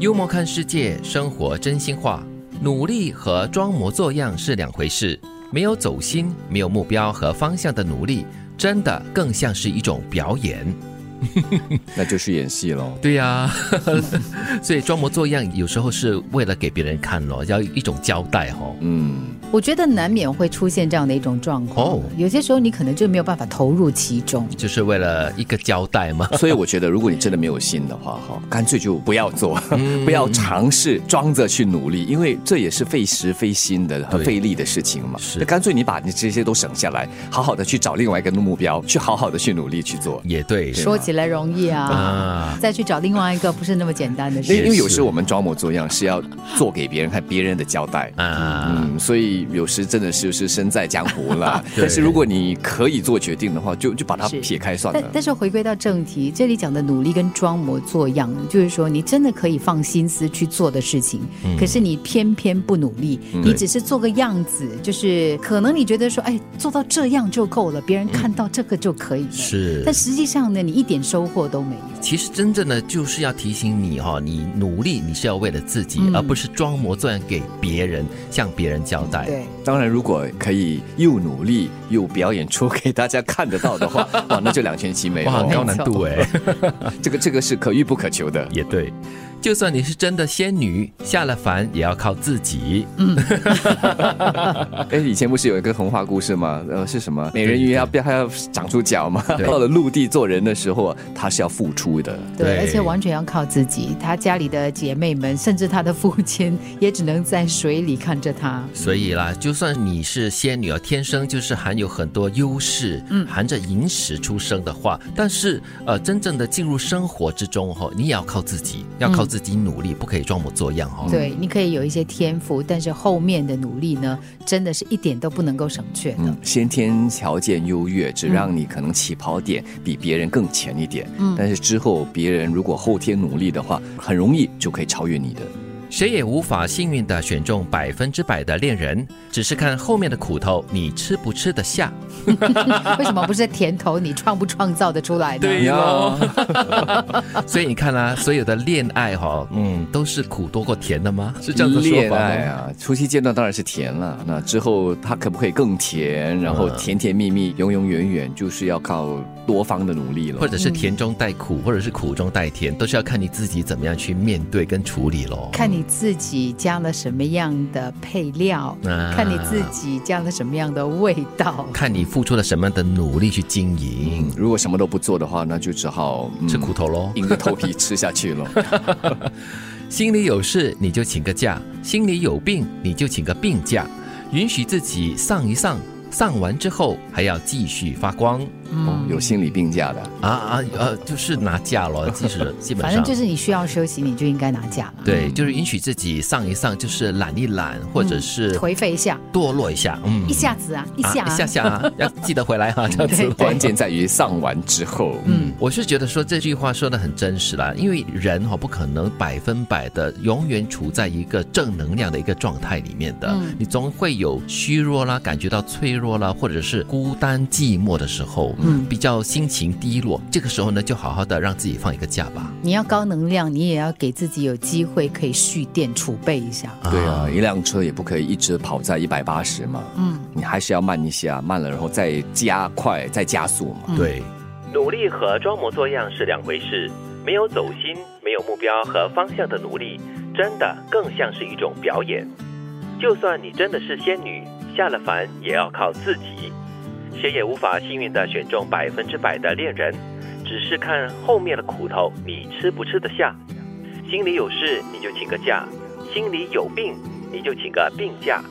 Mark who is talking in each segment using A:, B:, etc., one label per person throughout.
A: 幽默看世界，生活真心话。努力和装模作样是两回事，没有走心、没有目标和方向的努力，真的更像是一种表演。
B: 那就去演戏喽。
A: 对呀、 所以装模作样有时候是为了给别人看咯，要一种交代哦。
B: 嗯，
C: 我觉得难免会出现这样的一种状况。
A: 哦
C: 有些时候你可能就没有办法投入其中。
A: 就是为了一个交代嘛，
B: 所以我觉得，如果你真的没有心的话，哈，干脆就不要做，
A: 嗯
B: 不要尝试装着去努力，因为这也是费时费心的、很
A: 对
B: 费力的事情嘛。
A: 是
B: 那干脆你把你这些都省下来，好好的去找另外一个目标，去好好的去努力去做。
A: 也对
C: 说起来容易啊，
A: 啊，
C: 再去找另外一个不是那么简单的
B: 因为
C: 事。
B: 因为有
A: 是
B: 时我们装模作样是要做给别人看别人的交代
A: 啊
B: 嗯，所以有时真的是是身在江湖啦
A: 。对
B: 但是如果你可以做决定的话，就就把它
C: 是
B: 撇开算
C: 但
B: 了。
C: 但是回归到正题，这里讲的努力跟装模作样，就是说你真的可以放心思去做的事情，
A: 嗯
C: 可是你偏偏不努力，你只是做个样子，就是可能你觉得说，哎，做到这样就够了，别人看到这个就可以了。
A: 嗯是
C: 但实际上呢，你一点收获都没有。
A: 其实真正的就是要提醒你哈、哦，你努力你是要为了自己，
C: 嗯
A: 而不是装模作样给别人向别人交代。
C: 对，
B: 当然，如果可以又努力又表演出给大家看得到 的话，哇，那就两全其美
A: 哇，很
B: 了。
A: 高难度哎，
B: 这个这个是可遇不可求的。
A: 也对。就算你是真的仙女，下了凡也要靠自己。
C: 嗯
B: 哎，以前不是有一个童话故事吗？呃，是什么？美人鱼要不要还要长出脚吗？
A: 对
B: 到了陆地做人的时候啊，他是要付出的。
C: 对，
A: 对
C: 而且完全要靠自己。他家里的姐妹们，甚至他的父亲，也只能在水里看着他。
A: 所以啦，就算你是仙女哦，天生就是含有很多优势，嗯，含着银石出生的话，但是呃，真正的进入生活之中哈、哦，你也要靠自己，要靠自己努力，不可以装模作样哈、哦。
C: 嗯对，你可以有一些天赋，但是后面的努力呢，真的是一点都不能够省却的。
B: 嗯，先天条件优越，只让你可能起跑点
A: 嗯
B: 比别人更前一点。嗯，但是之后别人如果后天努力的话，很容易就可以超越你的。
A: 谁也无法幸运的选中百分之百的恋人，只是看后面的苦头你吃不吃得 下。
C: 为什么不是甜头你创不创造的出来
A: 嗯
C: 呢？
A: 对
B: 哎呀，
A: 所以你看啦、所有的恋爱哈、嗯，都是苦多过甜的吗？ 是这样的说
B: 恋
A: 法
B: 爱
A: 吗？
B: 啊，初期阶段当然是甜了，那之后它可不可以更甜，然后甜甜蜜蜜、永永远远，就是要靠多方的努力了
A: 或。者是甜中带苦，或者是苦中带甜，都是要看你自己怎么样去面对跟处理咯。
C: 看你自己加了什么样的配料，
A: 啊
C: 看你自己加了什么样的味道。
A: 看你付出了什么样的努力去经
B: 嗯
A: 营，
B: 如果什么都不做的话，那就只好、嗯
A: 吃苦头咯。
B: 硬着头皮吃下 去了。
A: 心里有事你就请个假，心里有病你就请个病假，允许自己丧一丧，丧完之后还要继续发光。
C: 嗯
B: 哦，有心理病假的。
A: 啊啊呃，就是拿假 了，其实基本上
C: 反正就是你需要休息，你就应该拿假了，
A: 对，就是允许自己上一上，就是懒一懒，或者是
C: 颓废一下，
A: 堕落一下，嗯，
C: 嗯一下子啊，一
A: 啊
C: 下、
A: 一下，下啊，要记得回来哈，这样子
C: 对。
B: 关键在于上完之后，
C: 嗯，
A: 我是觉得说这句话说的很真实啦，因为人哈、不可能百分百的永远处在一个正能量的一个状态里面的，
C: 嗯
A: 你总会有虚弱啦，感觉到脆弱啦，或者是孤单寂寞的时候，
C: 嗯
A: 比较心情低落，这个时候呢，就好好的让自己放一个假吧。
C: 你要高能量，你也要给自己有机会可以蓄电储备一下。
B: 对啊，一辆车也不可以一直跑在一百八十嘛，嗯，你还是要慢一下，慢了然后再加快，再加速嘛。
A: 对，嗯努力和装模作样是两回事，没有走心、没有目标和方向的努力，真的更像是一种表演。就算你真的是仙女，下了凡也要靠自己。谁也无法幸运的选中百分之百的恋人，只是看后面的苦头你吃不吃得下。心里有事你就请个假，心里有病你就请个病假，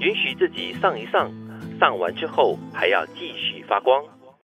A: 允许自己丧一丧，丧完之后还要继续发光。